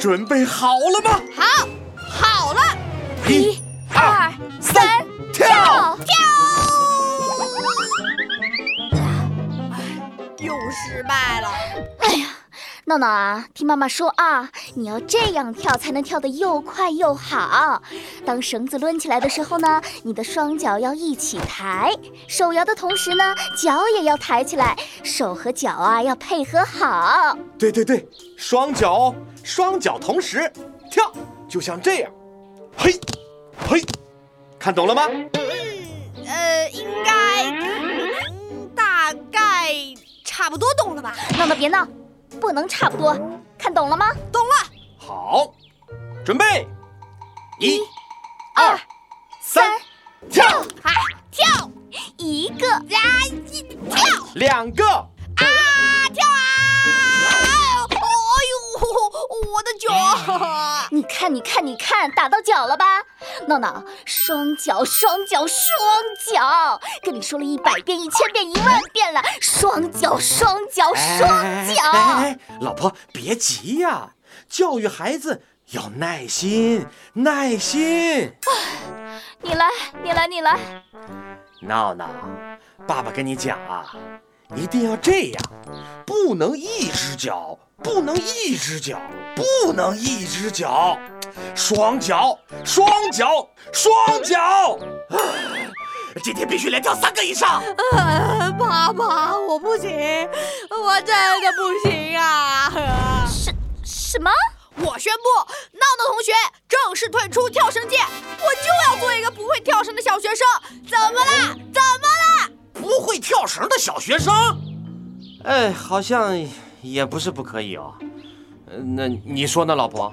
准备好了吗？好，好了，一、二三，跳！跳！又失败了。闹闹啊，听妈妈说啊，你要这样跳才能跳得又快又好。当绳子抡起来的时候呢，你的双脚要一起抬，手摇的同时呢，脚也要抬起来，手和脚啊要配合好。对对对，双脚双脚同时跳，就像这样，嘿，嘿，看懂了吗？呃，应该嗯大概差不多懂了吧？闹闹别闹，不能差不多，看懂了吗？懂了。好，准备，一、二、三，跳，啊，跳一个，啊，一跳两个，啊，跳啊！哎呦，哎呦我的脚！你看，你看，你看，打到脚了吧？闹闹，双脚，双脚，双脚，跟你说了一百遍、一千遍、一万遍了，双脚，双脚，双哎哎脚。哎老婆别急呀、教育孩子要耐心，耐心。你来，你来，你来。闹闹，爸爸跟你讲啊，一定要这样，不能一只脚，不能一只脚，不能一只脚，双脚，双脚，双脚。啊今天必须连跳三个以上。呃，爸爸，我不行，我真的不行啊！什什么？我宣布，闹闹同学正式退出跳绳界，我就要做一个不会跳绳的小学生。怎么啦？怎么啦？不会跳绳的小学生？哎，好像也不是不可以哦。呃那你说呢，老婆？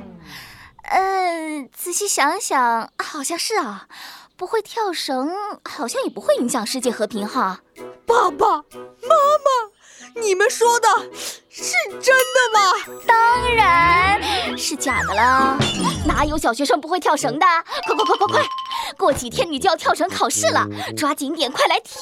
嗯，仔细想想，好像是啊。不会跳绳，好像也不会影响世界和平哈。爸爸妈妈，你们说的是真的吗？当然是假的啦，哪有小学生不会跳绳的？快快快快快！过几天你就要跳绳考试了，抓紧点，快来跳！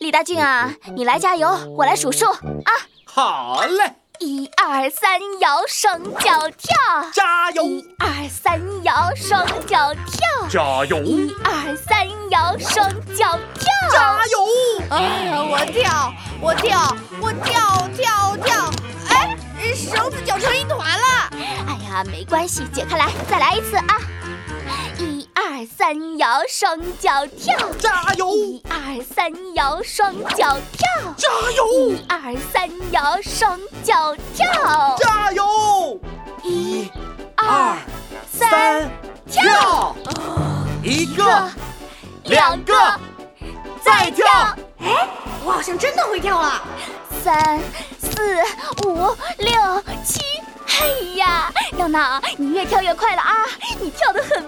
李大俊啊，你来加油，我来数数啊，好嘞，一二三，摇绳脚跳，加油，一二三，摇绳脚跳，加油，一二三，摇绳脚跳。加油！哎呀，我跳，我跳，我跳跳跳！哎，绳子绞成一团了。哎呀，没关系，解开来，再来一次啊！一二三，摇绳脚跳。加油！一二三，摇双脚跳；加油！一二三，摇双脚跳；加油！一、二、三，跳！一个，两个，再跳！我好像真的会跳啊了。三、四、五、六、七。哎呀，闹闹，你越跳越快了啊！你跳得很